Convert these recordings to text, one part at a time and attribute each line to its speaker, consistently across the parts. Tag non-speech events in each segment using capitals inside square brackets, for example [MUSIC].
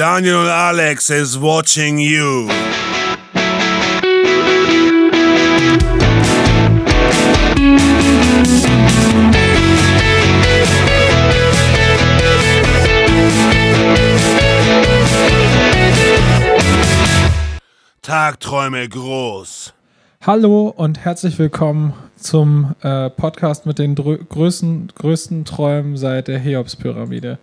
Speaker 1: Daniel und Alex is watching you. Tagträume groß.
Speaker 2: Hallo und herzlich willkommen zum äh, Podcast mit den drö- größten, größten Träumen seit der Cheops-Pyramide.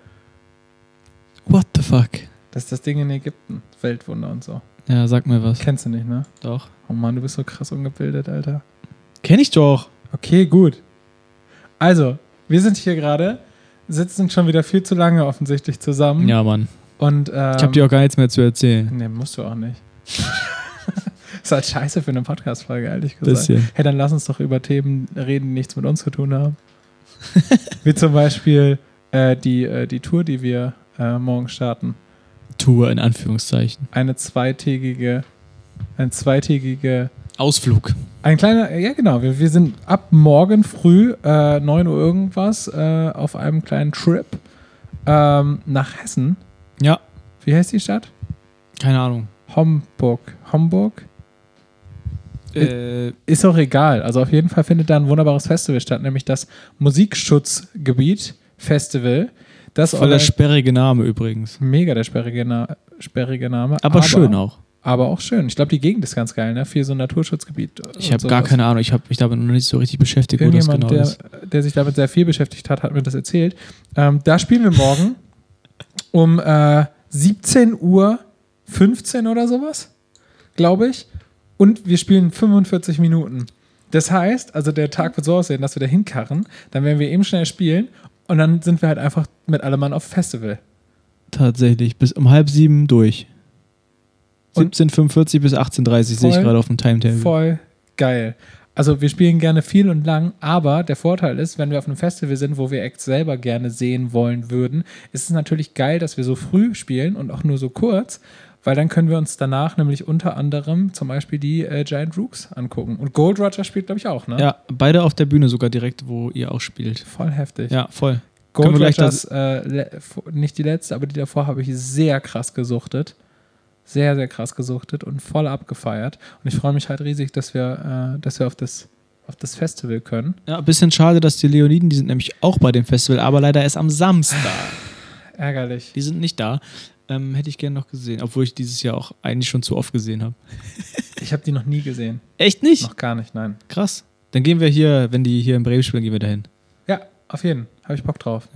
Speaker 3: What the fuck?
Speaker 2: Das ist das Ding in Ägypten. Weltwunder und so.
Speaker 3: Ja, sag mir was.
Speaker 2: Kennst du nicht, ne?
Speaker 3: doch.
Speaker 2: Oh Mann, du bist so krass ungebildet, Alter.
Speaker 3: Kenn ich doch.
Speaker 2: Okay, gut. Also, wir sind hier gerade, sitzen schon wieder viel zu lange offensichtlich zusammen.
Speaker 3: Hm? Ja, Mann.
Speaker 2: Und, ähm,
Speaker 3: Ich hab dir auch gar nichts mehr zu erzählen.
Speaker 2: Nee, musst du auch nicht. [LAUGHS] ist halt scheiße für eine Podcast-Folge, ehrlich gesagt.
Speaker 3: Bisschen.
Speaker 2: Hey, dann lass uns doch über Themen reden, die nichts mit uns zu tun haben. [LAUGHS] Wie zum Beispiel äh, die, äh, die Tour, die wir äh, morgen starten.
Speaker 3: Tour in Anführungszeichen.
Speaker 2: Eine zweitägige, ein zweitägige,
Speaker 3: Ausflug.
Speaker 2: ein kleiner, ja genau, wir, wir sind ab morgen früh, äh, 9 Uhr irgendwas, äh, auf einem kleinen Trip ähm, nach Hessen.
Speaker 3: Ja.
Speaker 2: Wie heißt die Stadt?
Speaker 3: Keine Ahnung.
Speaker 2: Homburg. Homburg?
Speaker 3: Äh,
Speaker 2: Ist auch egal. Also auf jeden Fall findet da ein wunderbares Festival statt, nämlich das Musikschutzgebiet Festival. Das
Speaker 3: voll der
Speaker 2: organisiert-
Speaker 3: sperrige Name übrigens.
Speaker 2: mega der sperrige, Na sperrige Name.
Speaker 3: Aber, schön auch.
Speaker 2: Aber auch schön. Ich glaube, die Gegend ist ganz geil, ne? Viel so Naturschutzgebiet.
Speaker 3: Ich habe gar keine Ahnung. Ich habe mich damit noch nicht so richtig beschäftigt, wo das
Speaker 2: Irgendjemand,
Speaker 3: genau ist.
Speaker 2: der, der sich damit sehr viel beschäftigt hat, hat mir das erzählt. Ähm, da spielen wir
Speaker 3: [LAUGHS]
Speaker 2: morgen um äh, 17 Uhr 15 oder sowas, glaube ich. Und wir spielen 45 Minuten. Das heißt, also der Tag wird so aussehen, dass wir da hinkarren, dann werden wir eben schnell spielen und dann sind wir halt einfach mit allem Mann auf Festival.
Speaker 3: Tatsächlich. Bis um halb sieben durch.
Speaker 2: Und-
Speaker 3: 17.45 bis 18.30 sehe ich
Speaker 2: Voll-
Speaker 3: gerade auf dem Timetable.
Speaker 2: Voll geil. Also wir spielen gerne viel und lang, aber der Vorteil ist, wenn wir auf einem Festival sind, wo wir Acts selber gerne sehen wollen würden, ist es natürlich geil, dass wir so früh spielen und auch nur so kurz, weil dann können wir uns danach nämlich unter anderem zum Beispiel die äh, Giant Rooks angucken. Und Gold Roger spielt, glaube ich, auch, ne?
Speaker 3: Ja, beide auf der Bühne sogar direkt, wo ihr auch spielt.
Speaker 2: Voll heftig.
Speaker 3: Ja, voll.
Speaker 2: Gold
Speaker 3: Können wir gleich
Speaker 2: Rogers, äh, le- vo- nicht die letzte, aber die davor habe ich sehr krass gesuchtet. Sehr, sehr krass gesuchtet und voll abgefeiert. Und ich freue mich halt riesig, dass wir, äh, dass wir auf, das, auf das Festival können.
Speaker 3: Ja, ein bisschen schade, dass die Leoniden, die sind nämlich auch bei dem Festival, aber leider erst am Samstag.
Speaker 2: Ärgerlich.
Speaker 3: Die sind nicht da. Ähm, hätte ich gerne noch gesehen, obwohl ich dieses Jahr auch eigentlich schon zu oft gesehen habe.
Speaker 2: Ich habe die noch nie gesehen.
Speaker 3: Echt nicht?
Speaker 2: Noch gar nicht, nein.
Speaker 3: Krass. Dann gehen wir hier, wenn die hier in Bremen spielen, gehen wir dahin.
Speaker 2: Ja, auf jeden. Habe ich Bock drauf.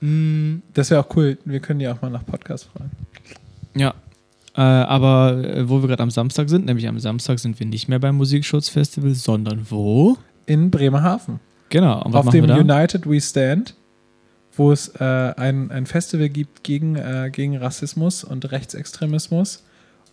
Speaker 3: Mm,
Speaker 2: Das wäre auch cool. Wir können die auch mal nach Podcast fragen.
Speaker 3: ja. Äh, aber äh, wo wir gerade am Samstag sind, nämlich am Samstag sind wir nicht mehr beim Musikschutzfestival, sondern wo?
Speaker 2: In Bremerhaven.
Speaker 3: Genau. Und was
Speaker 2: auf
Speaker 3: machen
Speaker 2: dem
Speaker 3: wir da?
Speaker 2: United We Stand, wo es äh, ein, ein Festival gibt gegen, äh, gegen Rassismus und Rechtsextremismus.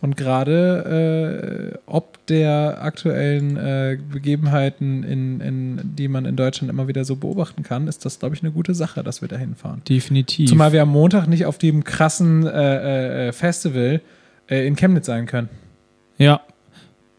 Speaker 2: Und gerade äh, ob der aktuellen äh, Begebenheiten, in, in, die man in Deutschland immer wieder so beobachten kann, ist das, glaube ich, eine gute Sache, dass wir da hinfahren.
Speaker 3: Definitiv.
Speaker 2: Zumal wir am Montag nicht auf dem krassen äh, äh, Festival äh, in Chemnitz sein können.
Speaker 3: ja.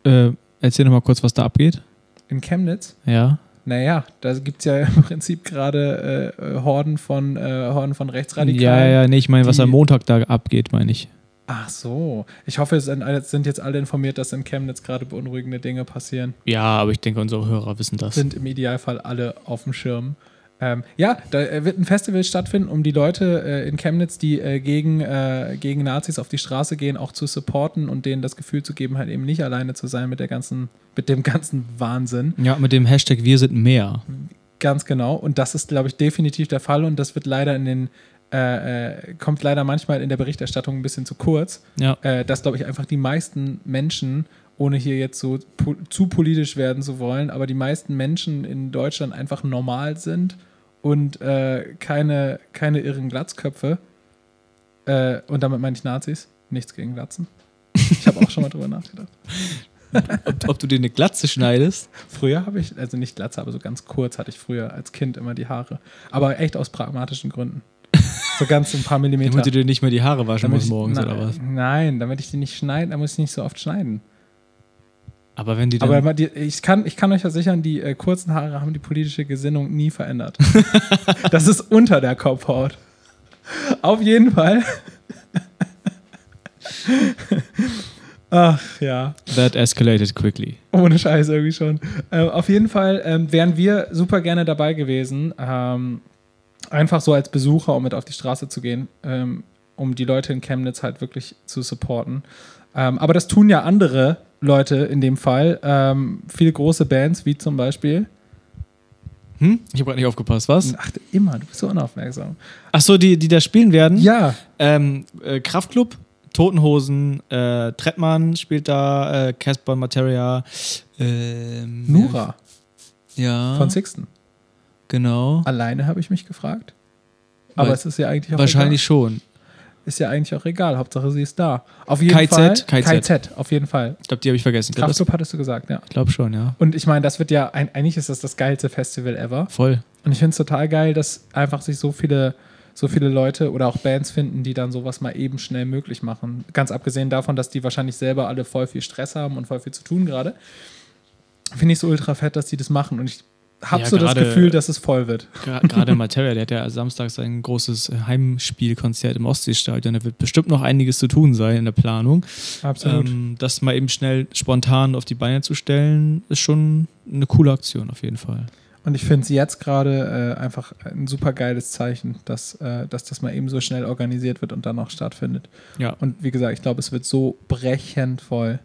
Speaker 3: Äh, erzähl nochmal kurz, was da abgeht.
Speaker 2: In Chemnitz
Speaker 3: Ja.
Speaker 2: Naja, da gibt es ja im [LAUGHS] Prinzip gerade äh, äh, Horden von äh, Horden von Rechtsradikalen.
Speaker 3: Ja, ja, nee, ich meine, was
Speaker 2: die-
Speaker 3: am Montag da abgeht, meine ich.
Speaker 2: Ach so. Ich hoffe, es sind alle- sind jetzt alle informiert, dass in Chemnitz gerade beunruhigende Dinge passieren.
Speaker 3: Ja, aber ich denke, unsere Hörer wissen das.
Speaker 2: Sind im Idealfall alle auf dem Schirm. Ähm, ja, da äh, wird ein Festival stattfinden, um die Leute äh, in Chemnitz, die äh, gegen, äh, gegen Nazis auf die Straße gehen, auch zu supporten und denen das Gefühl zu geben, halt eben nicht alleine zu sein mit der ganzen, mit dem ganzen Wahnsinn.
Speaker 3: Ja, mit dem Hashtag Wir sind mehr.
Speaker 2: Ganz genau. Und das ist, glaube ich, definitiv der Fall. Und das wird leider in den, äh, äh, kommt leider manchmal in der Berichterstattung ein bisschen zu kurz,
Speaker 3: Ja.
Speaker 2: äh, dass, glaube ich, einfach die meisten Menschen, ohne hier jetzt so po zu politisch werden zu wollen, aber die meisten Menschen in Deutschland einfach normal sind und äh, keine, keine irren Glatzköpfe. Äh, und damit meine ich Nazis. Nichts gegen Glatzen. Ich habe auch schon mal
Speaker 3: [LAUGHS]
Speaker 2: drüber nachgedacht.
Speaker 3: [LAUGHS] Ob, ob du dir eine Glatze schneidest?
Speaker 2: Früher habe ich, also nicht Glatze, aber so ganz kurz hatte ich früher als Kind immer die Haare. Aber echt aus pragmatischen Gründen. So ganz ein paar Millimeter.
Speaker 3: [LAUGHS] Damit du dir nicht mehr die Haare waschen
Speaker 2: Damit
Speaker 3: musst morgens
Speaker 2: nein,
Speaker 3: oder was?
Speaker 2: Nein, damit ich die nicht schneiden, da muss ich nicht so oft schneiden.
Speaker 3: Aber wenn die dann.
Speaker 2: Aber immer die, ich, kann, ich kann euch versichern, die äh, kurzen Haare haben die politische Gesinnung nie verändert. das ist unter der Kopfhaut. Auf jeden Fall [LAUGHS] Ach ja.
Speaker 3: That escalated quickly.
Speaker 2: Ohne Scheiß irgendwie schon. Ähm, auf jeden Fall ähm, wären wir super gerne dabei gewesen, ähm, einfach so als Besucher, um mit auf die Straße zu gehen, ähm, um die Leute in Chemnitz halt wirklich zu supporten. Ähm, aber das tun ja andere Leute in dem Fall. Ähm, viele große Bands, wie zum Beispiel.
Speaker 3: Hm? Ich habe gerade nicht aufgepasst, was?
Speaker 2: Ach, immer, du bist so unaufmerksam.
Speaker 3: Achso, die, die da spielen werden?
Speaker 2: Ja,
Speaker 3: Ähm, äh, Kraftclub, Totenhosen, äh, Trettmann spielt da, äh, Casper Materia, ähm,
Speaker 2: Nura
Speaker 3: Ja,
Speaker 2: von Sixten.
Speaker 3: genau.
Speaker 2: Alleine habe ich mich gefragt. Aber
Speaker 3: Weil-
Speaker 2: es ist ja eigentlich auch
Speaker 3: Wahrscheinlich schon.
Speaker 2: egal. ist ja eigentlich auch egal. Hauptsache sie ist da. Auf jeden
Speaker 3: Kai
Speaker 2: Fall.
Speaker 3: Z, Kai Z.
Speaker 2: Z, auf jeden Fall.
Speaker 3: Ich glaube, die habe ich vergessen. Ich glaube
Speaker 2: Kraftclub hattest du gesagt, ja.
Speaker 3: glaub schon, ja.
Speaker 2: Und ich meine, das wird ja, ein- eigentlich ist das das geilste Festival ever.
Speaker 3: Voll.
Speaker 2: Und ich finde es total geil, dass einfach sich so viele, so viele Leute oder auch Bands finden, die dann sowas mal eben schnell möglich machen. Ganz abgesehen davon, dass die wahrscheinlich selber alle voll viel Stress haben und voll viel zu tun gerade. Finde ich so ultra fett, dass die das machen. Und ich habe
Speaker 3: Ja,
Speaker 2: so das
Speaker 3: gerade-
Speaker 2: Gefühl, dass es voll wird.
Speaker 3: Gra-
Speaker 2: [LAUGHS]
Speaker 3: Gerade Materia, der hat ja Samstag sein großes äh, Heimspielkonzert im Ostseestadion. Da wird bestimmt noch einiges zu tun sein in der Planung.
Speaker 2: Absolut.
Speaker 3: Ähm, das mal eben schnell spontan auf die Beine zu stellen, ist schon eine coole Aktion auf jeden Fall.
Speaker 2: Und ich finde es jetzt gerade äh, einfach ein super geiles Zeichen, dass, äh, dass das mal eben so schnell organisiert wird und dann auch stattfindet.
Speaker 3: Ja,
Speaker 2: Und wie gesagt, ich glaube, es wird so brechend voll.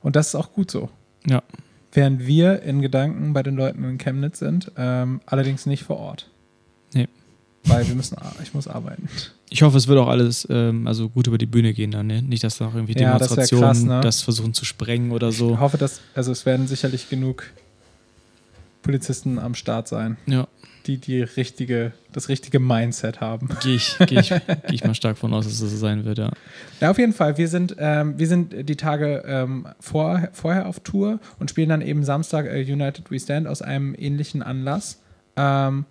Speaker 2: Und das ist auch gut so.
Speaker 3: Ja.
Speaker 2: Während wir in Gedanken bei den Leuten in Chemnitz sind, ähm, allerdings nicht vor Ort.
Speaker 3: Nee.
Speaker 2: Weil wir müssen, [LAUGHS] ar- ich muss arbeiten.
Speaker 3: ich hoffe, es wird auch alles ähm, also gut über die Bühne gehen dann. Ne? Nicht, dass da noch irgendwie
Speaker 2: Ja, das wär
Speaker 3: Demonstrationen das,
Speaker 2: krass, ne?
Speaker 3: versuchen zu sprengen oder
Speaker 2: Ich
Speaker 3: so.
Speaker 2: hoffe, dass, also es werden sicherlich genug Polizisten am Start sein,
Speaker 3: Ja,
Speaker 2: die, die richtige, das richtige Mindset haben.
Speaker 3: gehe ich, geh ich, geh ich mal stark von aus, dass das so sein wird. Ja.
Speaker 2: Ja, auf jeden Fall. Wir sind, ähm, wir sind die Tage ähm, vor, vorher auf Tour und spielen dann eben Samstag äh, United We Stand aus einem ähnlichen Anlass, ähm,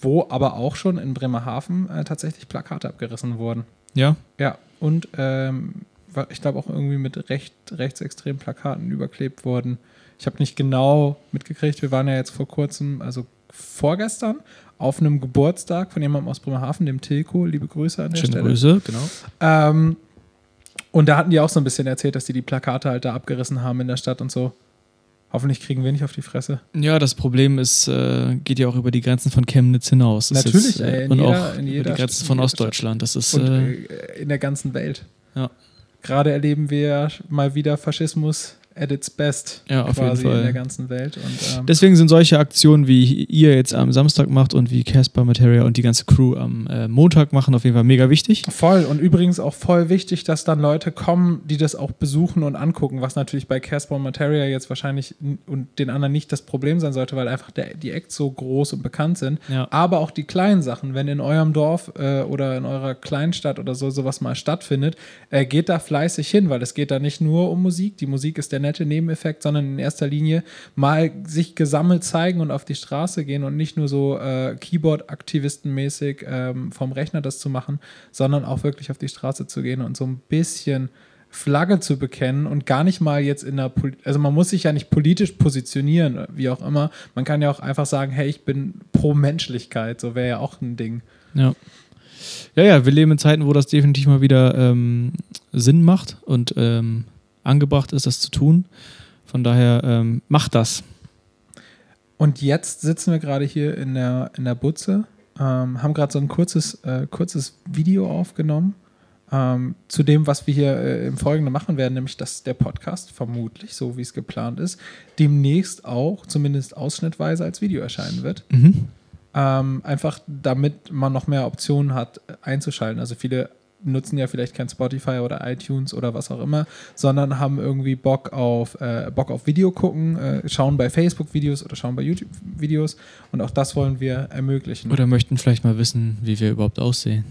Speaker 2: wo aber auch schon in Bremerhaven äh, tatsächlich Plakate abgerissen wurden.
Speaker 3: ja,
Speaker 2: Ja, und ähm, wa- ich glaube auch irgendwie mit recht, rechtsextremen Plakaten überklebt wurden. Ich habe nicht genau mitgekriegt, wir waren ja jetzt vor kurzem, also vorgestern, auf einem Geburtstag von jemandem aus Bremerhaven, dem Tilko. Liebe Grüße an der
Speaker 3: schöne
Speaker 2: Stelle.
Speaker 3: Grüße. Genau.
Speaker 2: Ähm, und da hatten die auch so ein bisschen erzählt, dass die die Plakate halt da abgerissen haben in der Stadt und so. Hoffentlich kriegen wir nicht auf die Fresse.
Speaker 3: Ja, das Problem ist, äh, geht ja auch über die Grenzen von Chemnitz hinaus. Das
Speaker 2: Natürlich,
Speaker 3: ist, äh,
Speaker 2: ey, in
Speaker 3: und
Speaker 2: jeder-
Speaker 3: auch
Speaker 2: in
Speaker 3: über
Speaker 2: jeder
Speaker 3: die Grenzen
Speaker 2: Stadt-
Speaker 3: von
Speaker 2: in jeder
Speaker 3: Ostdeutschland. Das ist
Speaker 2: Und
Speaker 3: äh,
Speaker 2: äh, in der ganzen Welt.
Speaker 3: ja.
Speaker 2: Gerade erleben wir mal wieder Faschismus at its best.
Speaker 3: Ja, auf
Speaker 2: quasi
Speaker 3: jeden Fall.
Speaker 2: in der ganzen Welt. Und, ähm,
Speaker 3: Deswegen sind solche Aktionen, wie ihr jetzt am Samstag macht und wie Casper Materia und die ganze Crew am äh, Montag machen, auf jeden Fall mega wichtig.
Speaker 2: voll. Und übrigens auch voll wichtig, dass dann Leute kommen, die das auch besuchen und angucken, was natürlich bei Casper und Materia jetzt wahrscheinlich n- und den anderen nicht das Problem sein sollte, weil einfach der, die Acts so groß und bekannt sind.
Speaker 3: Ja.
Speaker 2: aber auch die kleinen Sachen. Wenn in eurem Dorf äh, oder in eurer Kleinstadt oder so sowas mal stattfindet, äh, geht da fleißig hin, weil es geht da nicht nur um Musik. Die Musik ist der nette Nebeneffekt, sondern in erster Linie mal sich gesammelt zeigen und auf die Straße gehen und nicht nur so äh, Keyboard-Aktivistenmäßig ähm, vom Rechner das zu machen, sondern auch wirklich auf die Straße zu gehen und so ein bisschen Flagge zu bekennen und gar nicht mal jetzt in der, Pol also man muss sich ja nicht politisch positionieren, wie auch immer. Man kann ja auch einfach sagen, hey, ich bin pro Menschlichkeit, so wäre ja auch ein Ding.
Speaker 3: Ja. ja, ja, wir leben in Zeiten, wo das definitiv mal wieder ähm, Sinn macht und ähm, angebracht ist, das zu tun. Von daher ähm, macht das.
Speaker 2: Und jetzt sitzen wir gerade hier in der, in der Butze, ähm, haben gerade so ein kurzes, äh, kurzes Video aufgenommen ähm, zu dem, was wir hier äh, im Folgenden machen werden, nämlich dass der Podcast vermutlich, so wie es geplant ist, demnächst auch, zumindest ausschnittweise, als Video erscheinen wird.
Speaker 3: Mhm.
Speaker 2: Ähm, einfach damit man noch mehr Optionen hat, äh, einzuschalten. Also viele nutzen ja vielleicht kein Spotify oder iTunes oder was auch immer, sondern haben irgendwie Bock auf äh, Bock auf Video gucken, äh, schauen bei Facebook Videos oder schauen bei YouTube Videos und auch das wollen wir ermöglichen.
Speaker 3: Oder möchten vielleicht mal wissen, wie wir überhaupt aussehen.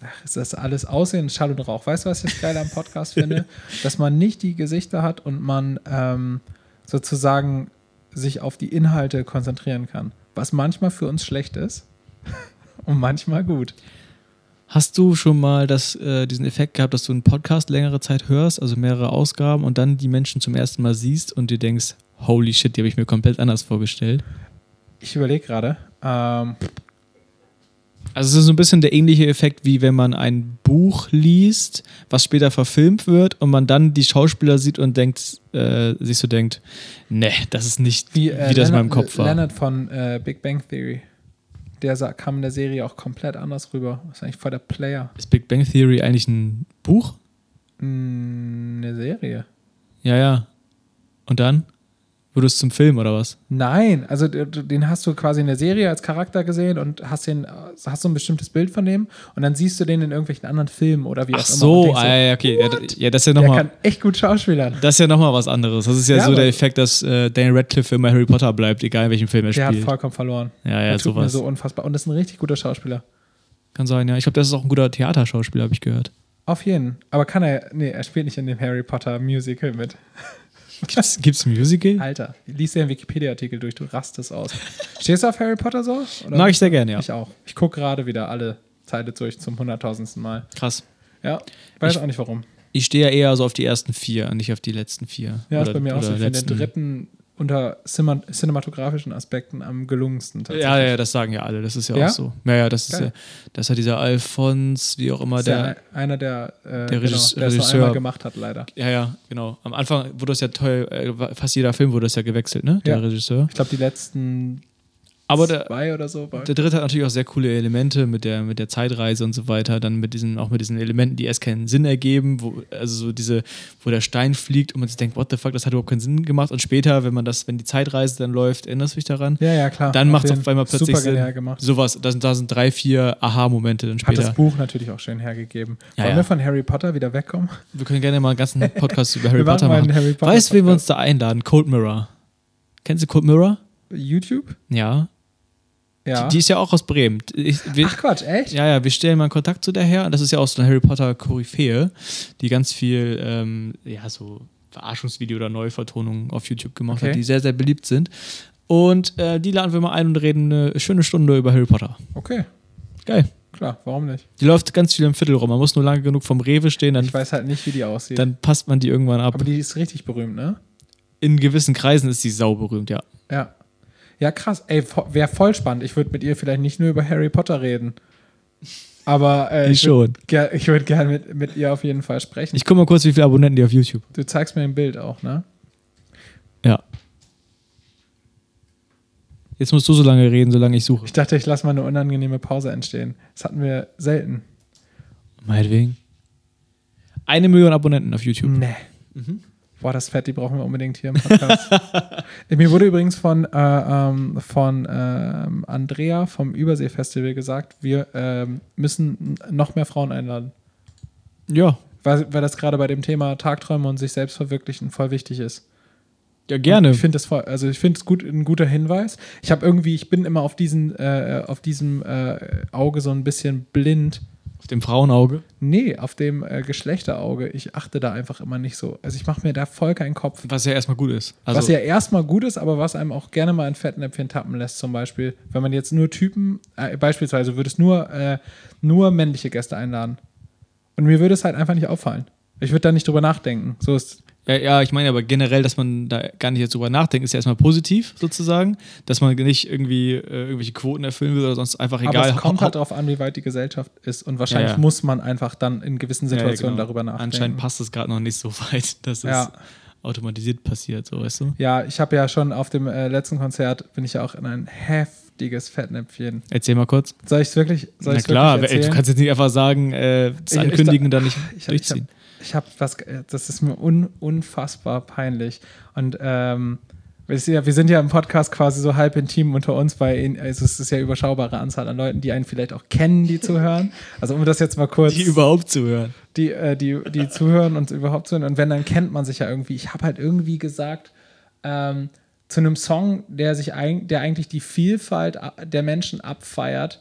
Speaker 2: Ach, ist das alles Aussehen, Schall und Rauch. Weißt du, was ich das Geile am Podcast finde? Dass man nicht die Gesichter hat und man ähm, sozusagen sich auf die Inhalte konzentrieren kann. Was manchmal für uns schlecht ist [LAUGHS] und manchmal gut.
Speaker 3: Hast du schon mal das, äh, diesen Effekt gehabt, dass du einen Podcast längere Zeit hörst, also mehrere Ausgaben, und dann die Menschen zum ersten Mal siehst und dir denkst, holy shit, die habe ich mir komplett anders vorgestellt?
Speaker 2: Ich überlege gerade. Ähm,
Speaker 3: Also es ist so ein bisschen der ähnliche Effekt, wie wenn man ein Buch liest, was später verfilmt wird und man dann die Schauspieler sieht und denkt, äh, sich so denkt, ne, das ist nicht, wie,
Speaker 2: äh,
Speaker 3: das in
Speaker 2: Leonard-
Speaker 3: meinem Kopf war.
Speaker 2: Leonard von äh, Big Bang Theory. Der sa- kam in der Serie auch komplett anders rüber. Ist eigentlich voll der Player.
Speaker 3: Ist Big Bang Theory eigentlich ein Buch?
Speaker 2: Mm, Eine Serie.
Speaker 3: Ja, ja. Und dann? Wurde es zum Film oder was?
Speaker 2: Nein, also d- d- den hast du quasi in der Serie als Charakter gesehen und hast den, äh, hast so ein bestimmtes Bild von dem und dann siehst du den in irgendwelchen anderen Filmen oder wie auch
Speaker 3: Ach
Speaker 2: immer.
Speaker 3: so,
Speaker 2: und denkst
Speaker 3: ah, ja, okay. Ja, d- Ja, das ist ja
Speaker 2: der kann
Speaker 3: nochmal.
Speaker 2: echt gut schauspielern.
Speaker 3: Das ist ja nochmal was anderes. Das ist ja,
Speaker 2: Ja,
Speaker 3: so
Speaker 2: aber-
Speaker 3: der Effekt, dass äh, Daniel Radcliffe immer Harry Potter bleibt, egal in welchem Film er
Speaker 2: Der hat
Speaker 3: spielt.
Speaker 2: vollkommen verloren.
Speaker 3: Ja, ja,
Speaker 2: der tut mir
Speaker 3: sowas.
Speaker 2: so unfassbar. Und das ist ein richtig guter Schauspieler.
Speaker 3: Kann sein, ja. Ich glaube, das ist auch ein guter Theaterschauspieler, habe ich gehört.
Speaker 2: Auf jeden. Aber kann er, nee, er spielt nicht in dem Harry Potter Musical mit.
Speaker 3: Gibt's,
Speaker 2: [LAUGHS]
Speaker 3: gibt's ein Musical?
Speaker 2: Alter, liest dir den Wikipedia-Artikel durch, du rastest
Speaker 3: [LAUGHS]
Speaker 2: aus. Stehst du auf Harry Potter so? Oder-
Speaker 3: Mag ich sehr gerne, ja.
Speaker 2: Ich auch. Ich gucke gerade wieder alle Teile durch zum hunderttausendsten Mal.
Speaker 3: Krass.
Speaker 2: Ja, weiß
Speaker 3: Ich-
Speaker 2: auch nicht warum.
Speaker 3: Ich stehe ja eher so auf die ersten vier und nicht auf die letzten vier.
Speaker 2: Ja,
Speaker 3: Oder-
Speaker 2: ist bei mir auch
Speaker 3: oder
Speaker 2: so. Ich finde den
Speaker 3: letzten.
Speaker 2: dritten unter Cima- cinematografischen Aspekten am gelungensten tatsächlich.
Speaker 3: Ja, ja, das sagen ja alle. Das ist ja,
Speaker 2: Ja?
Speaker 3: auch so. Ja, ja, das ist ja,
Speaker 2: Geil.
Speaker 3: das hat dieser Alphons, wie auch immer
Speaker 2: Ist
Speaker 3: der.
Speaker 2: ja einer der, äh, der, genau,
Speaker 3: Regis-
Speaker 2: der es nur
Speaker 3: Regisseur.
Speaker 2: einmal gemacht hat, leider.
Speaker 3: Ja, ja, genau. Am Anfang wurde das ja toll, äh, wa- fast jeder Film wurde das ja gewechselt, ne? Der
Speaker 2: Ja.
Speaker 3: Regisseur.
Speaker 2: Ich glaube, die letzten
Speaker 3: Aber der,
Speaker 2: zwei oder so. War
Speaker 3: der dritte hat natürlich auch sehr coole Elemente mit der, mit der Zeitreise und so weiter. Dann mit diesen, auch mit diesen Elementen, die erst keinen Sinn ergeben, wo, also so diese, wo der Stein fliegt und man sich denkt, what the fuck, das hat überhaupt keinen Sinn gemacht. Und später, wenn man das, wenn die Zeitreise dann läuft, erinnerst du dich daran?
Speaker 2: ja, ja, klar.
Speaker 3: Dann macht es
Speaker 2: den
Speaker 3: auf einmal plötzlich
Speaker 2: super genial
Speaker 3: Sinn.
Speaker 2: gemacht.
Speaker 3: Sowas, da sind, da sind drei, vier Aha-Momente dann
Speaker 2: Hat das
Speaker 3: später.
Speaker 2: Buch natürlich auch schön hergegeben.
Speaker 3: Ja,
Speaker 2: Wollen
Speaker 3: ja.
Speaker 2: wir von Harry Potter wieder wegkommen?
Speaker 3: Wir können gerne mal
Speaker 2: [LAUGHS]
Speaker 3: einen ganzen Podcast über Harry
Speaker 2: Wir machen
Speaker 3: Potter
Speaker 2: mal einen
Speaker 3: machen.
Speaker 2: Harry Potter
Speaker 3: weißt du, wen wir uns
Speaker 2: Podcast.
Speaker 3: da einladen? Cold Mirror. Kennst du Cold Mirror?
Speaker 2: YouTube?
Speaker 3: Ja.
Speaker 2: Ja.
Speaker 3: Die, die ist ja auch aus Bremen. Ich, wir,
Speaker 2: Ach Quatsch, echt?
Speaker 3: ja, ja, wir stellen mal einen Kontakt zu der her. Und das ist ja auch so eine Harry Potter-Koryphäe, die ganz viel, ähm, ja, so Verarschungsvideo oder Neuvertonungen auf YouTube gemacht
Speaker 2: Okay.
Speaker 3: hat, die sehr, sehr beliebt sind. Und äh, die laden wir mal ein und reden eine schöne Stunde über Harry Potter.
Speaker 2: Okay,
Speaker 3: Geil.
Speaker 2: klar, warum nicht?
Speaker 3: Die läuft ganz viel im Viertel rum. Man muss nur lange genug vom Rewe stehen, dann,
Speaker 2: Ich weiß halt nicht, wie die aussieht.
Speaker 3: dann passt man die irgendwann ab.
Speaker 2: Aber die ist richtig berühmt, ne?
Speaker 3: In gewissen Kreisen ist die sauberühmt, ja.
Speaker 2: Ja. Ja, krass. Ey, wäre voll spannend. Ich würde mit ihr vielleicht nicht nur über Harry Potter reden. Aber äh,
Speaker 3: Ich schon.
Speaker 2: würd ger- ich würde gerne mit, mit ihr auf jeden Fall sprechen.
Speaker 3: Ich guck mal kurz, wie viele Abonnenten die auf YouTube.
Speaker 2: du zeigst mir ein Bild auch, ne?
Speaker 3: Ja. Jetzt musst du so lange reden, solange ich suche.
Speaker 2: Ich dachte, ich lasse mal eine unangenehme Pause entstehen. Das hatten wir selten.
Speaker 3: Meinetwegen. Eine Million Abonnenten auf YouTube.
Speaker 2: Nee. Boah, das Fett, die brauchen wir unbedingt hier im Podcast. Mir wurde übrigens von, äh, ähm, von ähm, Andrea vom Überseefestival gesagt, wir ähm, müssen n- noch mehr Frauen einladen.
Speaker 3: Ja.
Speaker 2: Weil, weil das gerade bei dem Thema Tagträume und sich selbst verwirklichen voll wichtig ist.
Speaker 3: Ja, gerne.
Speaker 2: Ich finde das voll, also ich finde es gut, ein guter Hinweis. Ich habe irgendwie, ich bin immer auf diesen, äh, auf diesem äh, Auge so ein bisschen blind.
Speaker 3: Auf dem Frauenauge.
Speaker 2: Nee, auf dem äh, Geschlechterauge. Ich achte da einfach immer nicht so. Also ich mache mir da voll keinen Kopf.
Speaker 3: Was ja erstmal gut ist. Also,
Speaker 2: was ja erstmal gut ist, aber was einem auch gerne mal in Fettnäpfchen tappen lässt, zum Beispiel, wenn man jetzt nur Typen, äh, beispielsweise würdest nur, äh, nur männliche Gäste einladen. Und mir würde es halt einfach nicht auffallen. Ich würde da nicht drüber nachdenken. So ist
Speaker 3: ja, ja, ich meine aber generell, dass man da gar nicht jetzt drüber nachdenkt, ist ja erstmal positiv sozusagen. Dass man nicht irgendwie äh, irgendwelche Quoten erfüllen will oder sonst einfach egal.
Speaker 2: Aber es kommt
Speaker 3: Hau-
Speaker 2: halt darauf an, wie weit die Gesellschaft ist. Und wahrscheinlich
Speaker 3: Ja, ja.
Speaker 2: muss man einfach dann in gewissen
Speaker 3: Ja, ja,
Speaker 2: Situationen
Speaker 3: genau.
Speaker 2: darüber nachdenken.
Speaker 3: Anscheinend passt es gerade noch nicht so [LAUGHS] weit, dass
Speaker 2: Ja.
Speaker 3: es automatisiert passiert, so weißt du.
Speaker 2: Ja, ich habe ja schon auf dem äh, letzten Konzert, bin ich ja auch in ein heftiges Fettnäpfchen.
Speaker 3: Erzähl mal kurz.
Speaker 2: Soll ich es wirklich soll
Speaker 3: Na
Speaker 2: ich's
Speaker 3: klar,
Speaker 2: wirklich
Speaker 3: ey, du
Speaker 2: erzählen?
Speaker 3: kannst jetzt nicht einfach sagen, äh, das
Speaker 2: Ich- ich-
Speaker 3: Ankündigen dann nicht
Speaker 2: [LAUGHS] Ich, ich habe
Speaker 3: durchziehen.
Speaker 2: ich hab was, ge- das ist mir un, unfassbar peinlich. Und ähm, wir sind ja- wir sind ja im Podcast quasi so halb intim unter uns, weil in- also es ist ja überschaubare Anzahl an Leuten, die einen vielleicht auch kennen, die zuhören. Also um das jetzt mal kurz.
Speaker 3: Die überhaupt zu hören.
Speaker 2: die, äh, die, die zuhören und überhaupt zuhören. Und wenn, dann kennt man sich ja irgendwie. Ich habe halt irgendwie gesagt, ähm, zu einem Song, der sich eig der eigentlich die Vielfalt a- der Menschen abfeiert,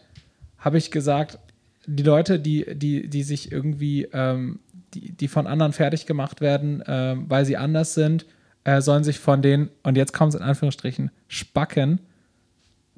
Speaker 2: habe ich gesagt, die Leute, die, die, die sich irgendwie, ähm, die, die von anderen fertig gemacht werden, ähm, weil sie anders sind, äh, sollen sich von den, und jetzt kommt es in Anführungsstrichen, Spacken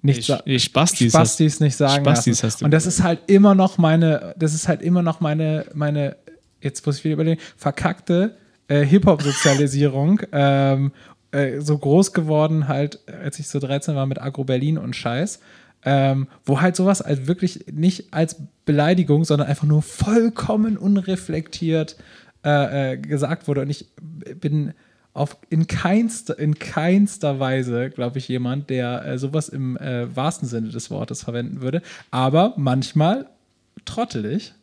Speaker 2: nicht, sa-
Speaker 3: Nee, Spastis. Spastis.
Speaker 2: Spastis nicht sagen
Speaker 3: Spastis
Speaker 2: lassen.
Speaker 3: hast du
Speaker 2: und das ist halt immer noch meine, das ist halt immer noch meine, meine, jetzt muss ich wieder überlegen, verkackte äh, Hip-Hop-Sozialisierung. [LAUGHS] ähm, äh, so groß geworden halt, als ich so 13 war mit Agro Berlin und Scheiß. ähm, wo halt sowas als wirklich nicht als Beleidigung, sondern einfach nur vollkommen unreflektiert äh, äh, gesagt wurde. Und ich bin auf, in, keinster, in keinster Weise, glaube ich, jemand, der äh, sowas im äh, wahrsten Sinne des Wortes verwenden würde. Aber manchmal trottelig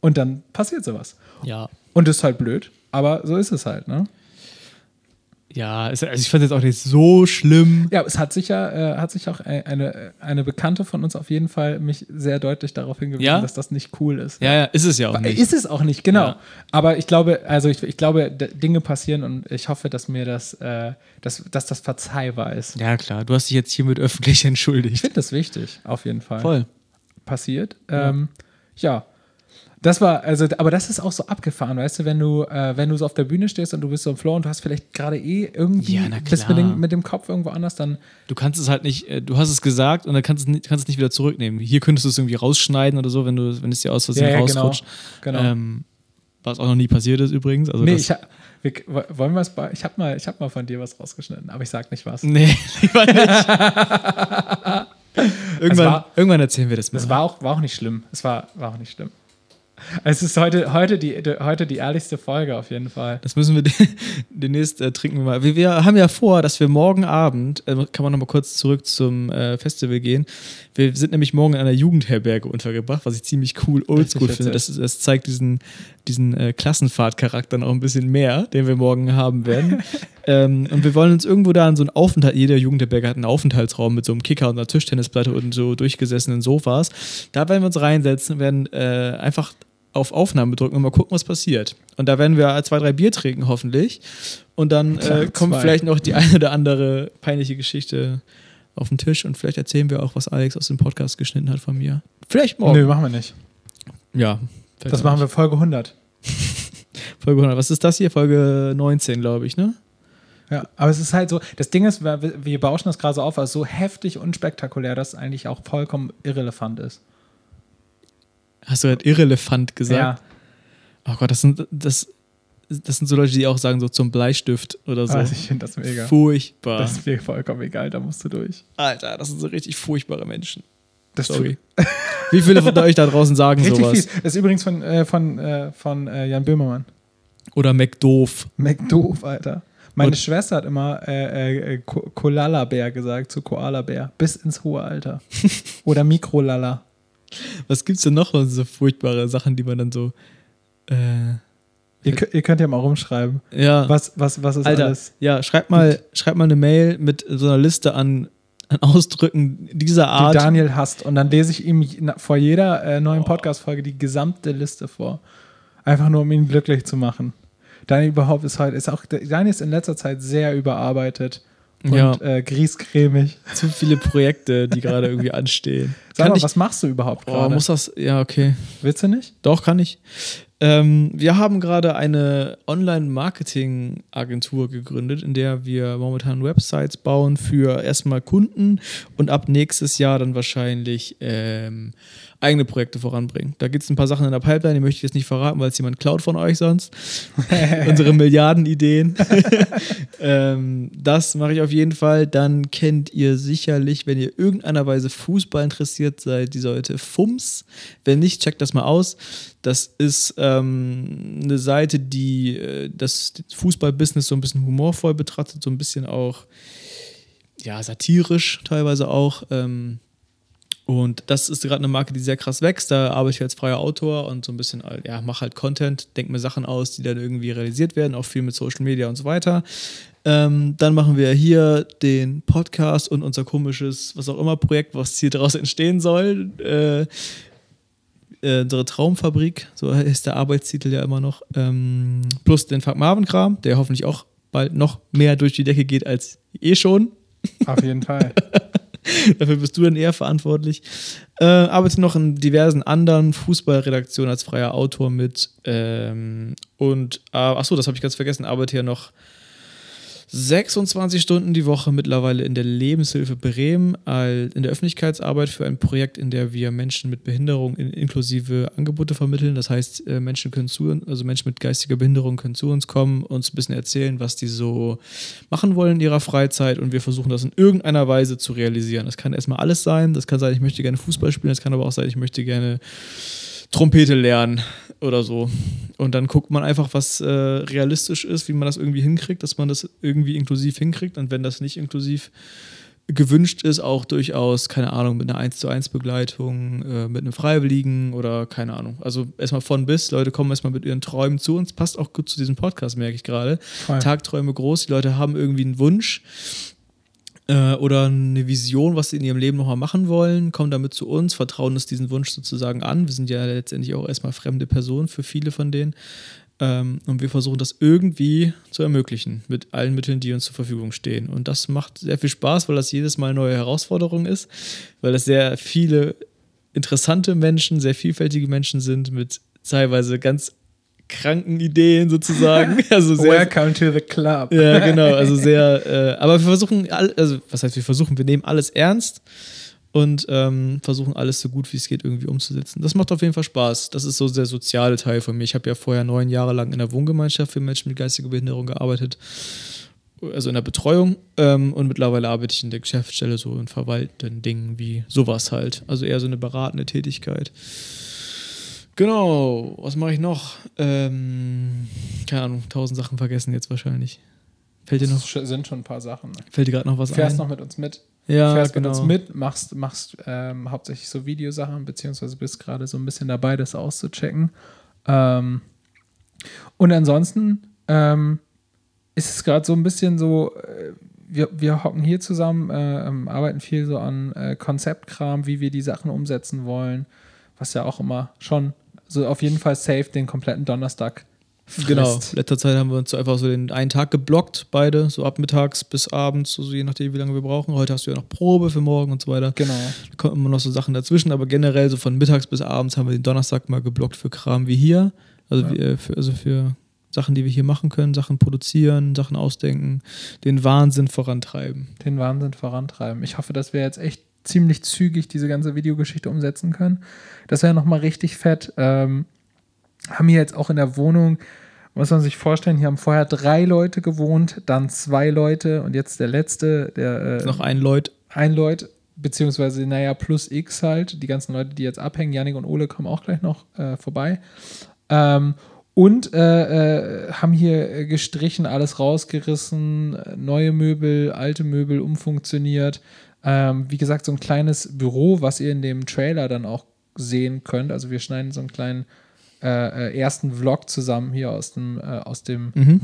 Speaker 2: und dann passiert sowas.
Speaker 3: Ja.
Speaker 2: Und ist halt blöd, aber so ist es halt, ne?
Speaker 3: Ja, es- also ich fand es jetzt auch nicht so schlimm.
Speaker 2: Ja, es hat sich ja, äh, hat sich auch e- eine, eine Bekannte von uns auf jeden Fall mich sehr deutlich darauf hingewiesen,
Speaker 3: Ja?
Speaker 2: dass das nicht cool ist.
Speaker 3: Ja, ja, ist es ja auch nicht.
Speaker 2: Ist es auch nicht, genau.
Speaker 3: Ja.
Speaker 2: Aber ich glaube, also ich, ich glaube, d- Dinge passieren und ich hoffe, dass mir das, äh, dass, dass das verzeihbar ist.
Speaker 3: ja, klar, du hast dich jetzt hiermit öffentlich [LAUGHS]
Speaker 2: Ich
Speaker 3: entschuldigt.
Speaker 2: finde das wichtig, auf jeden Fall.
Speaker 3: Voll.
Speaker 2: Passiert. Ja. Ähm, ja. Das war, also, aber das ist auch so abgefahren, weißt du, wenn du, äh, wenn du so auf der Bühne stehst und du bist so im Flow und du hast vielleicht gerade eh irgendwie,
Speaker 3: Ja, na
Speaker 2: bist mit
Speaker 3: klar.
Speaker 2: dem, mit dem Kopf irgendwo anders, dann
Speaker 3: Du kannst es halt nicht, äh, du hast es gesagt und dann kannst du es nicht, kannst es nicht wieder zurücknehmen. Hier könntest du es irgendwie rausschneiden oder so, wenn du wenn es dir aus Versehen
Speaker 2: Ja, ja, genau.
Speaker 3: rausrutscht.
Speaker 2: Genau.
Speaker 3: Ähm, was auch noch nie passiert ist übrigens. Also
Speaker 2: nee,
Speaker 3: das,
Speaker 2: ich ha- wir, wo- wollen wir es bei. Ich habe mal, ich hab mal von dir was rausgeschnitten, aber ich sag nicht was.
Speaker 3: [LAUGHS] nee
Speaker 2: [LAUGHS]
Speaker 3: lieber nicht.
Speaker 2: Es
Speaker 3: irgendwann,
Speaker 2: Also war-
Speaker 3: irgendwann erzählen wir das mal.
Speaker 2: Es war auch, war auch nicht schlimm. Es war, war auch nicht schlimm. Es ist heute, heute, die, de- heute die ehrlichste Folge auf jeden Fall.
Speaker 3: Das müssen wir [LAUGHS] de- demnächst äh, trinken wir mal. Wir, wir haben ja vor, dass wir morgen Abend, äh, kann man nochmal kurz zurück zum äh, Festival gehen. Wir sind nämlich morgen in einer Jugendherberge untergebracht, was ich ziemlich cool, oldschool
Speaker 2: Richtig,
Speaker 3: finde. Das,
Speaker 2: richtig.
Speaker 3: ist- das zeigt diesen, diesen äh, Klassenfahrtcharakter noch ein bisschen mehr, den wir morgen
Speaker 2: [LAUGHS]
Speaker 3: haben werden. ähm, und wir wollen uns irgendwo da in so einen Aufenthalt, jeder Jugendherberge hat einen Aufenthaltsraum mit so einem Kicker und einer Tischtennisplatte und so durchgesessenen Sofas. Da werden wir uns reinsetzen und werden äh, einfach auf Aufnahme drücken und mal gucken, was passiert. Und da werden wir zwei, drei Bier trinken, hoffentlich. Und dann äh,
Speaker 2: Klar,
Speaker 3: kommt
Speaker 2: zwei.
Speaker 3: vielleicht noch die eine oder andere peinliche Geschichte auf den Tisch und vielleicht erzählen wir auch, was Alex aus dem Podcast geschnitten hat von mir. Vielleicht morgen.
Speaker 2: Nö, machen wir nicht.
Speaker 3: Ja.
Speaker 2: Das machen wir Folge 100.
Speaker 3: Folge 100. Was ist das hier? Folge 19, glaube ich, ne?
Speaker 2: Ja, aber es ist halt so, das Ding ist, wir, wir bauschen das gerade so auf, als so heftig unspektakulär, dass es eigentlich auch vollkommen irrelevant ist.
Speaker 3: Hast du halt irrelevant gesagt? Ja. Oh Gott, das sind, das, das sind so Leute, die auch sagen, so zum Bleistift oder so.
Speaker 2: Ja, also ich finde das mega.
Speaker 3: Furchtbar.
Speaker 2: Das ist mir vollkommen egal, da musst du durch.
Speaker 3: Alter, das sind so richtig furchtbare Menschen.
Speaker 2: Das
Speaker 3: Sorry. Wie viele von euch da draußen sagen
Speaker 2: Richtig
Speaker 3: sowas?
Speaker 2: fies. Das ist übrigens von, äh, von, äh, von äh, Jan Böhmermann.
Speaker 3: Oder McDoof.
Speaker 2: McDoof, Alter. Meine
Speaker 3: Und-
Speaker 2: Schwester hat immer äh, äh, Ko- Koalabär gesagt zu Koalabär. Bis ins hohe
Speaker 3: [LAUGHS]
Speaker 2: Alter. Oder Mikrolala.
Speaker 3: Was gibt's denn noch so furchtbare Sachen, die man dann so. Äh,
Speaker 2: Ihr, kö- ihr könnt ja mal rumschreiben.
Speaker 3: ja.
Speaker 2: Was, was, was ist
Speaker 3: Alter,
Speaker 2: alles?
Speaker 3: ja, schreib mal, schreib mal eine Mail mit so einer Liste an, an Ausdrücken dieser
Speaker 2: Die
Speaker 3: Art.
Speaker 2: Daniel hasst. Und dann lese ich ihm je- na- vor jeder äh, neuen Podcast-Folge die gesamte Liste vor. Einfach nur, um ihn glücklich zu machen. Daniel überhaupt ist heute, ist auch, Daniel ist in letzter Zeit sehr überarbeitet und
Speaker 3: Ja.
Speaker 2: äh, griescremig.
Speaker 3: Zu viele Projekte, die gerade irgendwie anstehen.
Speaker 2: Sag
Speaker 3: kann
Speaker 2: mal,
Speaker 3: ich,
Speaker 2: was machst du überhaupt
Speaker 3: oh,
Speaker 2: gerade?
Speaker 3: muss das? Ja, okay.
Speaker 2: Willst du nicht?
Speaker 3: Doch, kann ich. Ähm, wir haben gerade eine Online-Marketing-Agentur gegründet, in der wir momentan Websites bauen für erstmal Kunden und ab nächstes Jahr dann wahrscheinlich ähm, eigene Projekte voranbringen. Da gibt es ein paar Sachen in der Pipeline, die möchte ich jetzt nicht verraten, weil es jemand klaut von euch sonst. Unsere Milliardenideen. ähm, das mache ich auf jeden Fall. Dann kennt ihr sicherlich, wenn ihr irgendeiner Weise Fußball interessiert seid, die Seite FUMS. Wenn nicht, checkt das mal aus. Das ist ähm, eine Seite, die äh, das Fußballbusiness so ein bisschen humorvoll betrachtet, so ein bisschen auch ja, satirisch teilweise auch. Ähm, und das ist gerade eine Marke, die sehr krass wächst. Da arbeite ich als freier Autor und so ein bisschen, äh, ja, mache halt Content, denke mir Sachen aus, die dann irgendwie realisiert werden, auch viel mit Social Media und so weiter. Ähm, dann machen wir hier den Podcast und unser komisches, was auch immer, Projekt, was hier daraus entstehen soll. Äh, äh, unsere Traumfabrik, so ist der Arbeitstitel ja immer noch, ähm, plus den Fuck Marvin-Kram, der hoffentlich auch bald noch mehr durch die Decke geht als eh schon. [LAUGHS]
Speaker 2: Auf jeden Fall.
Speaker 3: Dafür bist du dann eher verantwortlich. Äh, arbeite noch in diversen anderen Fußballredaktionen als freier Autor ah, mit. Ähm, und, äh, achso, das habe ich ganz vergessen. Arbeite ja noch 26 Stunden die Woche mittlerweile in der Lebenshilfe Bremen, all- in der Öffentlichkeitsarbeit für ein Projekt, in der wir Menschen mit Behinderung in inklusive Angebote vermitteln. Das heißt, äh, Menschen können zu uns, also Menschen mit geistiger Behinderung können zu uns kommen, uns ein bisschen erzählen, was die so machen wollen in ihrer Freizeit und wir versuchen das in irgendeiner Weise zu realisieren. Das kann erstmal alles sein. Das kann sein, ich möchte gerne Fußball spielen, das kann aber auch sein, ich möchte gerne Trompete lernen oder so. Und dann guckt man einfach, was äh, realistisch ist, wie man das irgendwie hinkriegt, dass man das irgendwie inklusiv hinkriegt. Und wenn das nicht inklusiv gewünscht ist, auch durchaus, keine Ahnung, mit einer 1 zu 1 Begleitung, äh, mit einem Freiwilligen oder keine Ahnung. Also erstmal von bis, Leute kommen erstmal mit ihren Träumen zu uns. Passt auch gut zu diesem Podcast, merke ich gerade.
Speaker 2: Voll.
Speaker 3: Tagträume groß, die Leute haben irgendwie einen Wunsch äh, oder eine Vision, was sie in ihrem Leben nochmal machen wollen, kommen damit zu uns, vertrauen uns diesen Wunsch sozusagen an. Wir sind ja letztendlich auch erstmal fremde Personen für viele von denen. Ähm, und wir versuchen das irgendwie zu ermöglichen mit allen Mitteln, die uns zur Verfügung stehen. Und das macht sehr viel Spaß, weil das jedes Mal eine neue Herausforderung ist, weil das sehr viele interessante Menschen, sehr vielfältige Menschen sind mit teilweise ganz kranken Ideen sozusagen. Also sehr,
Speaker 2: [LAUGHS] Welcome to the club.
Speaker 3: [LAUGHS] ja, genau. Also sehr. Äh, aber wir versuchen, all, also was heißt, wir versuchen, wir nehmen alles ernst und ähm, versuchen alles so gut wie es geht irgendwie umzusetzen. Das macht auf jeden Fall Spaß. Das ist so der soziale Teil von mir. Ich habe ja vorher neun Jahre lang in der Wohngemeinschaft für Menschen mit geistiger Behinderung gearbeitet, also in der Betreuung. Ähm, und mittlerweile arbeite ich in der Geschäftsstelle so in verwaltenden Dingen wie sowas halt. Also eher so eine beratende Tätigkeit. Genau, was mache ich noch? Ähm, keine Ahnung, tausend Sachen vergessen jetzt wahrscheinlich. Fällt dir
Speaker 2: [LAUGHS] Das
Speaker 3: noch,
Speaker 2: sch- sind schon ein paar Sachen.
Speaker 3: fällt dir gerade noch was
Speaker 2: Fährst
Speaker 3: ein?
Speaker 2: noch mit uns mit.
Speaker 3: Ja,
Speaker 2: fährst
Speaker 3: genau.
Speaker 2: mit uns mit, machst, machst ähm, hauptsächlich so Videosachen, beziehungsweise bist gerade so ein bisschen dabei, das auszuchecken. Ähm, und ansonsten ähm, ist es gerade so ein bisschen so, äh, wir, wir hocken hier zusammen, äh, ähm, arbeiten viel so an äh, Konzeptkram, wie wir die Sachen umsetzen wollen, was ja auch immer schon so auf jeden Fall safe den kompletten Donnerstag frisst.
Speaker 3: Genau, letzter Zeit haben wir uns so einfach so den einen Tag geblockt, beide, so ab mittags bis abends, so je nachdem, wie lange wir brauchen. Heute hast du ja noch Probe für morgen und so weiter.
Speaker 2: Genau.
Speaker 3: Da kommen immer noch so Sachen dazwischen, aber generell so von mittags bis abends haben wir den Donnerstag mal geblockt für Kram wie hier. Also,
Speaker 2: Ja.
Speaker 3: wir, äh, für, also für Sachen, die wir hier machen können, Sachen produzieren, Sachen ausdenken, den Wahnsinn vorantreiben.
Speaker 2: den Wahnsinn vorantreiben. Ich hoffe, dass wir jetzt echt ziemlich zügig diese ganze Videogeschichte umsetzen können. Das wäre nochmal richtig fett. Ähm, haben hier jetzt auch in der Wohnung, muss man sich vorstellen, hier haben vorher drei Leute gewohnt, dann zwei Leute und jetzt der letzte, der äh,
Speaker 3: Ist noch ein Leut.
Speaker 2: ein Leut, beziehungsweise naja, plus X halt, die ganzen Leute, die jetzt abhängen, Janik und Ole kommen auch gleich noch äh, vorbei. Ähm, und äh, äh, haben hier äh, gestrichen, alles rausgerissen, äh, neue Möbel, alte Möbel umfunktioniert. Ähm, wie gesagt, so ein kleines Büro, was ihr in dem Trailer dann auch sehen könnt. Also wir schneiden so einen kleinen äh, äh, ersten Vlog zusammen hier aus dem, äh, aus dem
Speaker 3: Mhm.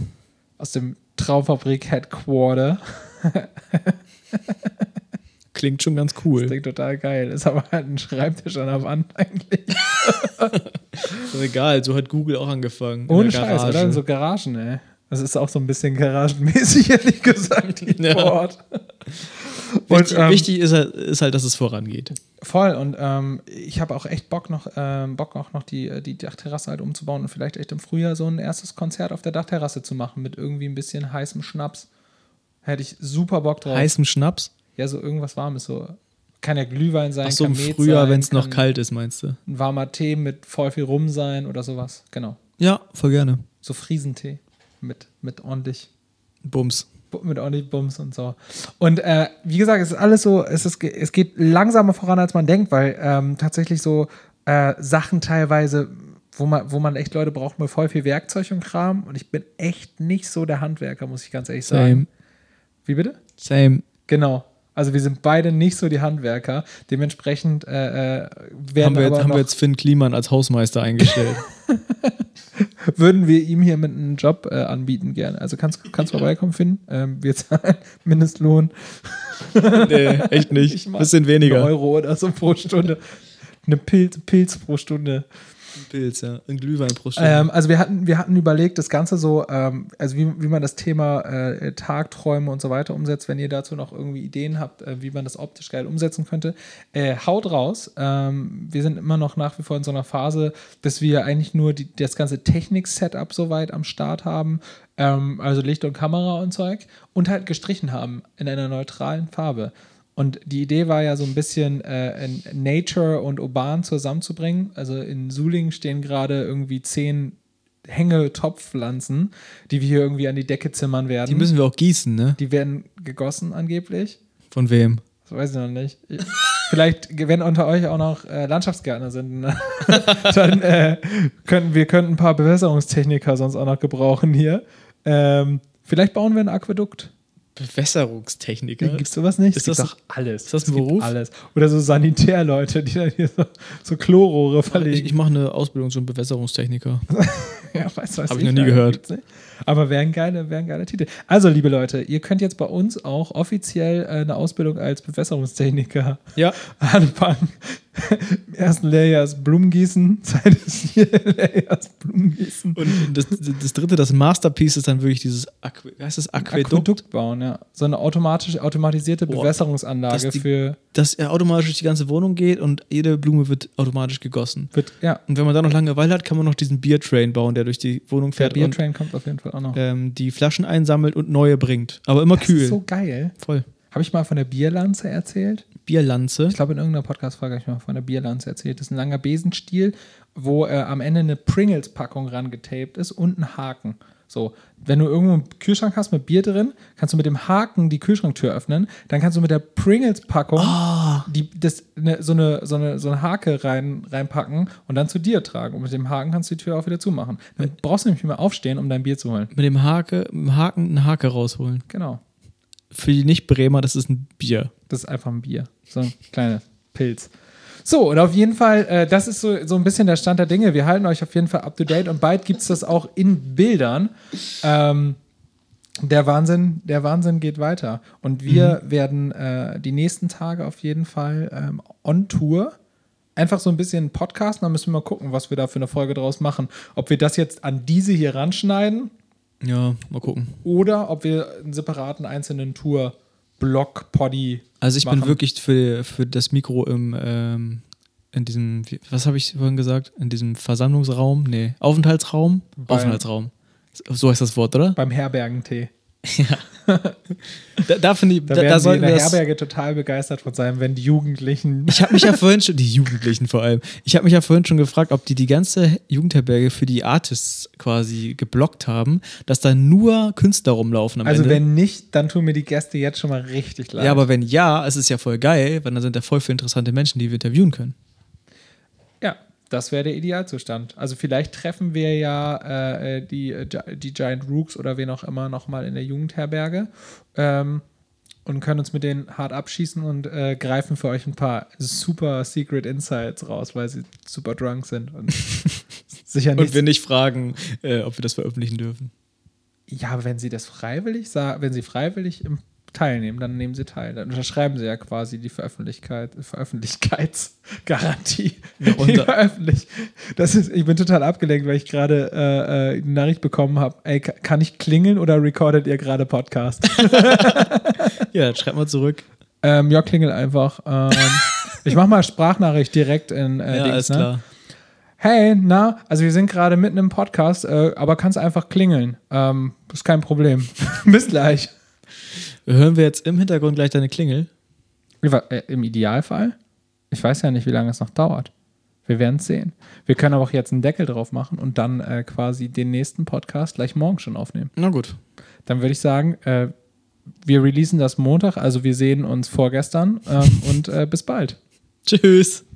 Speaker 2: aus dem Traumfabrik Headquarter.
Speaker 3: Klingt schon ganz cool.
Speaker 2: Das klingt total geil. Ist aber halt ein Schreibtisch an der Wand eigentlich.
Speaker 3: Ist doch egal, so hat Google auch angefangen. in
Speaker 2: Ohne
Speaker 3: der
Speaker 2: Scheiß,
Speaker 3: Garage.
Speaker 2: oder? So Garagen, ey. Das ist auch so ein bisschen garagenmäßig, [LAUGHS] ehrlich gesagt, hier
Speaker 3: Ja.
Speaker 2: vor Ort.
Speaker 3: wichtig,
Speaker 2: ähm,
Speaker 3: wichtig ist, halt, ist halt, dass es vorangeht.
Speaker 2: Voll. Und ähm, ich habe auch echt Bock noch, ähm, Bock auch noch die, äh, die Dachterrasse halt umzubauen und vielleicht echt im Frühjahr so ein erstes Konzert auf der Dachterrasse zu machen mit irgendwie ein bisschen heißem Schnaps. Hätte ich super Bock drauf.
Speaker 3: Heißem Schnaps.
Speaker 2: Ja, so irgendwas Warmes. So. Kann ja Glühwein sein.
Speaker 3: Ach so, im
Speaker 2: kann Met
Speaker 3: Frühjahr,
Speaker 2: sein,
Speaker 3: wenn es noch
Speaker 2: kann
Speaker 3: kalt ist, meinst du?
Speaker 2: Ein warmer Tee mit voll viel Rum sein oder sowas. Genau.
Speaker 3: Ja, voll gerne.
Speaker 2: So Friesentee mit, mit ordentlich
Speaker 3: Bums.
Speaker 2: Bu- mit ordentlich Bums und so. Und äh, wie gesagt, es ist alles so, es, ist, ge- es geht langsamer voran, als man denkt, weil ähm, tatsächlich so äh, Sachen teilweise, wo man, wo man echt Leute braucht, mal voll viel Werkzeug und Kram. Und ich bin echt nicht so der Handwerker, muss ich ganz ehrlich sagen.
Speaker 3: Same.
Speaker 2: Wie bitte?
Speaker 3: Same.
Speaker 2: Genau. Also wir sind beide nicht so die Handwerker. Dementsprechend äh, äh, werden
Speaker 3: Haben wir,
Speaker 2: wir
Speaker 3: jetzt,
Speaker 2: aber
Speaker 3: haben wir
Speaker 2: noch-
Speaker 3: jetzt Finn Kliman als
Speaker 2: [LAUGHS]
Speaker 3: Hausmeister eingestellt.
Speaker 2: würden wir ihm hier mit einem Job äh, anbieten gerne. Also kannst kannst vorbeikommen, Finn. Ähm, wir [LAUGHS] zahlen Mindestlohn.
Speaker 3: nee, echt nicht.
Speaker 2: Ich mach
Speaker 3: Bisschen
Speaker 2: Eine
Speaker 3: weniger.
Speaker 2: Euro oder so pro Stunde. Eine Pilz, Pilz pro Stunde.
Speaker 3: Pilz, ja. Ein Glühwein pro Stunde.
Speaker 2: Ähm, also wir hatten, wir hatten überlegt, das Ganze so, ähm, also wie, wie man das Thema äh, Tagträume und so weiter umsetzt, wenn ihr dazu noch irgendwie Ideen habt, äh, wie man das optisch geil umsetzen könnte, äh, haut raus. Ähm, wir sind immer noch nach wie vor in so einer Phase, dass wir eigentlich nur die, das ganze Technik-Setup soweit am Start haben, ähm, also Licht und Kamera und Zeug, und halt gestrichen haben in einer neutralen Farbe. Und die Idee war ja so ein bisschen äh, in Nature und Urban zusammenzubringen. Also in Suling stehen gerade irgendwie zehn Hänge-Topfpflanzen, die wir hier irgendwie an die Decke zimmern werden.
Speaker 3: Die müssen wir auch gießen, ne?
Speaker 2: die werden gegossen angeblich.
Speaker 3: Von wem?
Speaker 2: Das weiß ich noch nicht. Ich- Vielleicht, wenn unter euch auch noch äh, Landschaftsgärtner sind,
Speaker 3: [LAUGHS]
Speaker 2: ne? dann äh, könnten wir könnten ein paar Bewässerungstechniker sonst auch noch gebrauchen hier. Ähm, vielleicht bauen wir ein Aquädukt.
Speaker 3: Bewässerungstechniker.
Speaker 2: Gibt es sowas nicht?
Speaker 3: Ist
Speaker 2: Es gibt
Speaker 3: das-
Speaker 2: doch alles.
Speaker 3: ist das ein
Speaker 2: Es gibt
Speaker 3: Beruf?
Speaker 2: Alles. Oder so Sanitärleute, die dann hier so, so Chlorohre
Speaker 3: Ich,
Speaker 2: verlegen.
Speaker 3: ich mache eine Ausbildung zum Bewässerungstechniker.
Speaker 2: Ja, weiß, weiß
Speaker 3: Hab ich noch nie gehört.
Speaker 2: gibt's nicht. Aber wäre ein, geiler, wär ein geiler Titel. Also, liebe Leute, ihr könnt jetzt bei uns auch offiziell äh, eine Ausbildung als Bewässerungstechniker [LAUGHS]
Speaker 3: Ja.
Speaker 2: anfangen. Im ersten Lehrjahr ist Blumengießen, [LAUGHS] zweites Lehrjahr ist Blumengießen.
Speaker 3: Und das, das dritte, das Masterpiece, ist dann wirklich dieses Aqu wie heißt das? Aquädukt,
Speaker 2: Aquädukt bauen, ja. So eine automatisch, automatisierte
Speaker 3: Boah,
Speaker 2: Bewässerungsanlage
Speaker 3: dass die-
Speaker 2: für.
Speaker 3: dass er automatisch durch die ganze Wohnung geht und jede Blume wird automatisch gegossen.
Speaker 2: Wird, ja,
Speaker 3: Und wenn man da noch Langeweile hat, kann man noch diesen Biertrain bauen, der durch die Wohnung
Speaker 2: der
Speaker 3: fährt und
Speaker 2: Biertrain kommt auf jeden Fall auch noch.
Speaker 3: ähm, die Flaschen einsammelt und neue bringt. Aber immer
Speaker 2: das
Speaker 3: kühl.
Speaker 2: ist so geil.
Speaker 3: Voll.
Speaker 2: Habe ich mal von der Bierlanze erzählt?
Speaker 3: Bierlanze.
Speaker 2: Ich glaube, in irgendeiner Podcast-Frage habe ich mal von der Bierlanze erzählt. Das ist ein langer Besenstiel, wo äh, am Ende eine Pringles-Packung rangetaped ist und ein Haken. So, wenn du irgendwo einen Kühlschrank hast mit Bier drin, kannst du mit dem Haken die Kühlschranktür öffnen. Dann kannst du mit der Pringles-Packung die- das- ne, so, eine, so, eine, so eine Hake rein, reinpacken und dann zu dir tragen. Und mit dem Haken kannst du die Tür auch wieder zumachen. Dann brauchst du nämlich nicht mehr aufstehen, um dein Bier zu holen.
Speaker 3: Mit dem Hake, mit dem Haken einen Hake rausholen.
Speaker 2: Genau.
Speaker 3: Für die Nicht-Bremer, das ist ein Bier.
Speaker 2: Das ist einfach ein Bier. So ein kleiner Pilz. So, und auf jeden Fall, äh, das ist so, so ein bisschen der Stand der Dinge. Wir halten euch auf jeden Fall up to date und bald gibt es das auch in Bildern. Ähm, der Wahnsinn, der Wahnsinn geht weiter. Und wir
Speaker 3: Mhm.
Speaker 2: werden äh, die nächsten Tage auf jeden Fall ähm, on Tour. Einfach so ein bisschen podcasten, dann müssen wir mal gucken, was wir da für eine Folge draus machen. Ob wir das jetzt an diese hier ranschneiden
Speaker 3: Ja, mal gucken.
Speaker 2: oder ob wir einen separaten einzelnen Tour-Block, Poddy.
Speaker 3: Also ich bin
Speaker 2: machen.
Speaker 3: wirklich für, für das Mikro im, ähm, in diesem, wie- was habe ich vorhin gesagt? In diesem Versammlungsraum? Nee, Aufenthaltsraum?
Speaker 2: Bei-
Speaker 3: Aufenthaltsraum. So heißt das Wort, oder?
Speaker 2: beim Herbergentee.
Speaker 3: Da, da finde ich,
Speaker 2: Da
Speaker 3: da,
Speaker 2: werden
Speaker 3: da
Speaker 2: sie in
Speaker 3: sollten wir
Speaker 2: der
Speaker 3: das,
Speaker 2: Herberge total begeistert von sein, wenn die Jugendlichen.
Speaker 3: Ich habe mich ja vorhin schon, die Jugendlichen vor allem, ich habe mich ja vorhin schon gefragt, ob die die ganze Jugendherberge für die Artists quasi geblockt haben, dass da nur Künstler rumlaufen
Speaker 2: [LAUGHS]
Speaker 3: am
Speaker 2: Also
Speaker 3: Ende.
Speaker 2: wenn nicht, dann tun mir die Gäste jetzt schon mal richtig leid.
Speaker 3: ja, aber wenn ja, es ist ja voll geil, weil dann sind da voll viele interessante Menschen, die wir interviewen können.
Speaker 2: ja das wäre der Idealzustand. Also vielleicht treffen wir ja äh, äh, die, äh, Gi- die Giant Rooks oder wen auch immer nochmal in der Jugendherberge ähm, und können uns mit denen hart abschießen und äh, greifen für euch ein paar super Secret Insights raus, weil sie super drunk sind
Speaker 3: [LAUGHS]
Speaker 2: und sicher
Speaker 3: Und
Speaker 2: nicht
Speaker 3: wir nicht fragen, äh, ob wir das veröffentlichen dürfen.
Speaker 2: Ja, aber wenn sie das freiwillig sagen, wenn sie freiwillig im teilnehmen, dann nehmen sie teil. Dann unterschreiben sie ja quasi die Veröffentlichkeit, Veröffentlichkeitsgarantie. Die
Speaker 3: unter-
Speaker 2: veröffentlich. Das ist, ich bin total abgelenkt, weil ich gerade äh, äh, eine Nachricht bekommen habe. Ey, ka- kann ich klingeln oder recordet ihr gerade
Speaker 3: [LAUGHS]
Speaker 2: Podcast?
Speaker 3: [LAUGHS] Ja, dann schreibt mal zurück.
Speaker 2: ähm, ja, klingel einfach. Ähm, ich mache mal Sprachnachricht direkt in äh,
Speaker 3: ja,
Speaker 2: Dings,
Speaker 3: alles
Speaker 2: ne?
Speaker 3: klar.
Speaker 2: Hey, na, also wir sind gerade mitten im Podcast, äh, aber kannst einfach klingeln. Ähm, ist kein Problem. [LAUGHS] Bis gleich.
Speaker 3: Hören wir jetzt im Hintergrund gleich deine Klingel?
Speaker 2: Über- äh, Im Idealfall. Ich weiß ja nicht, wie lange es noch dauert. Wir werden es sehen. Wir können aber auch jetzt einen Deckel drauf machen und dann äh, quasi den nächsten Podcast gleich morgen schon aufnehmen.
Speaker 3: Na gut.
Speaker 2: Dann würde ich sagen, äh, wir releasen das Montag, also wir sehen uns vorgestern ähm, und äh, bis bald.
Speaker 3: Tschüss.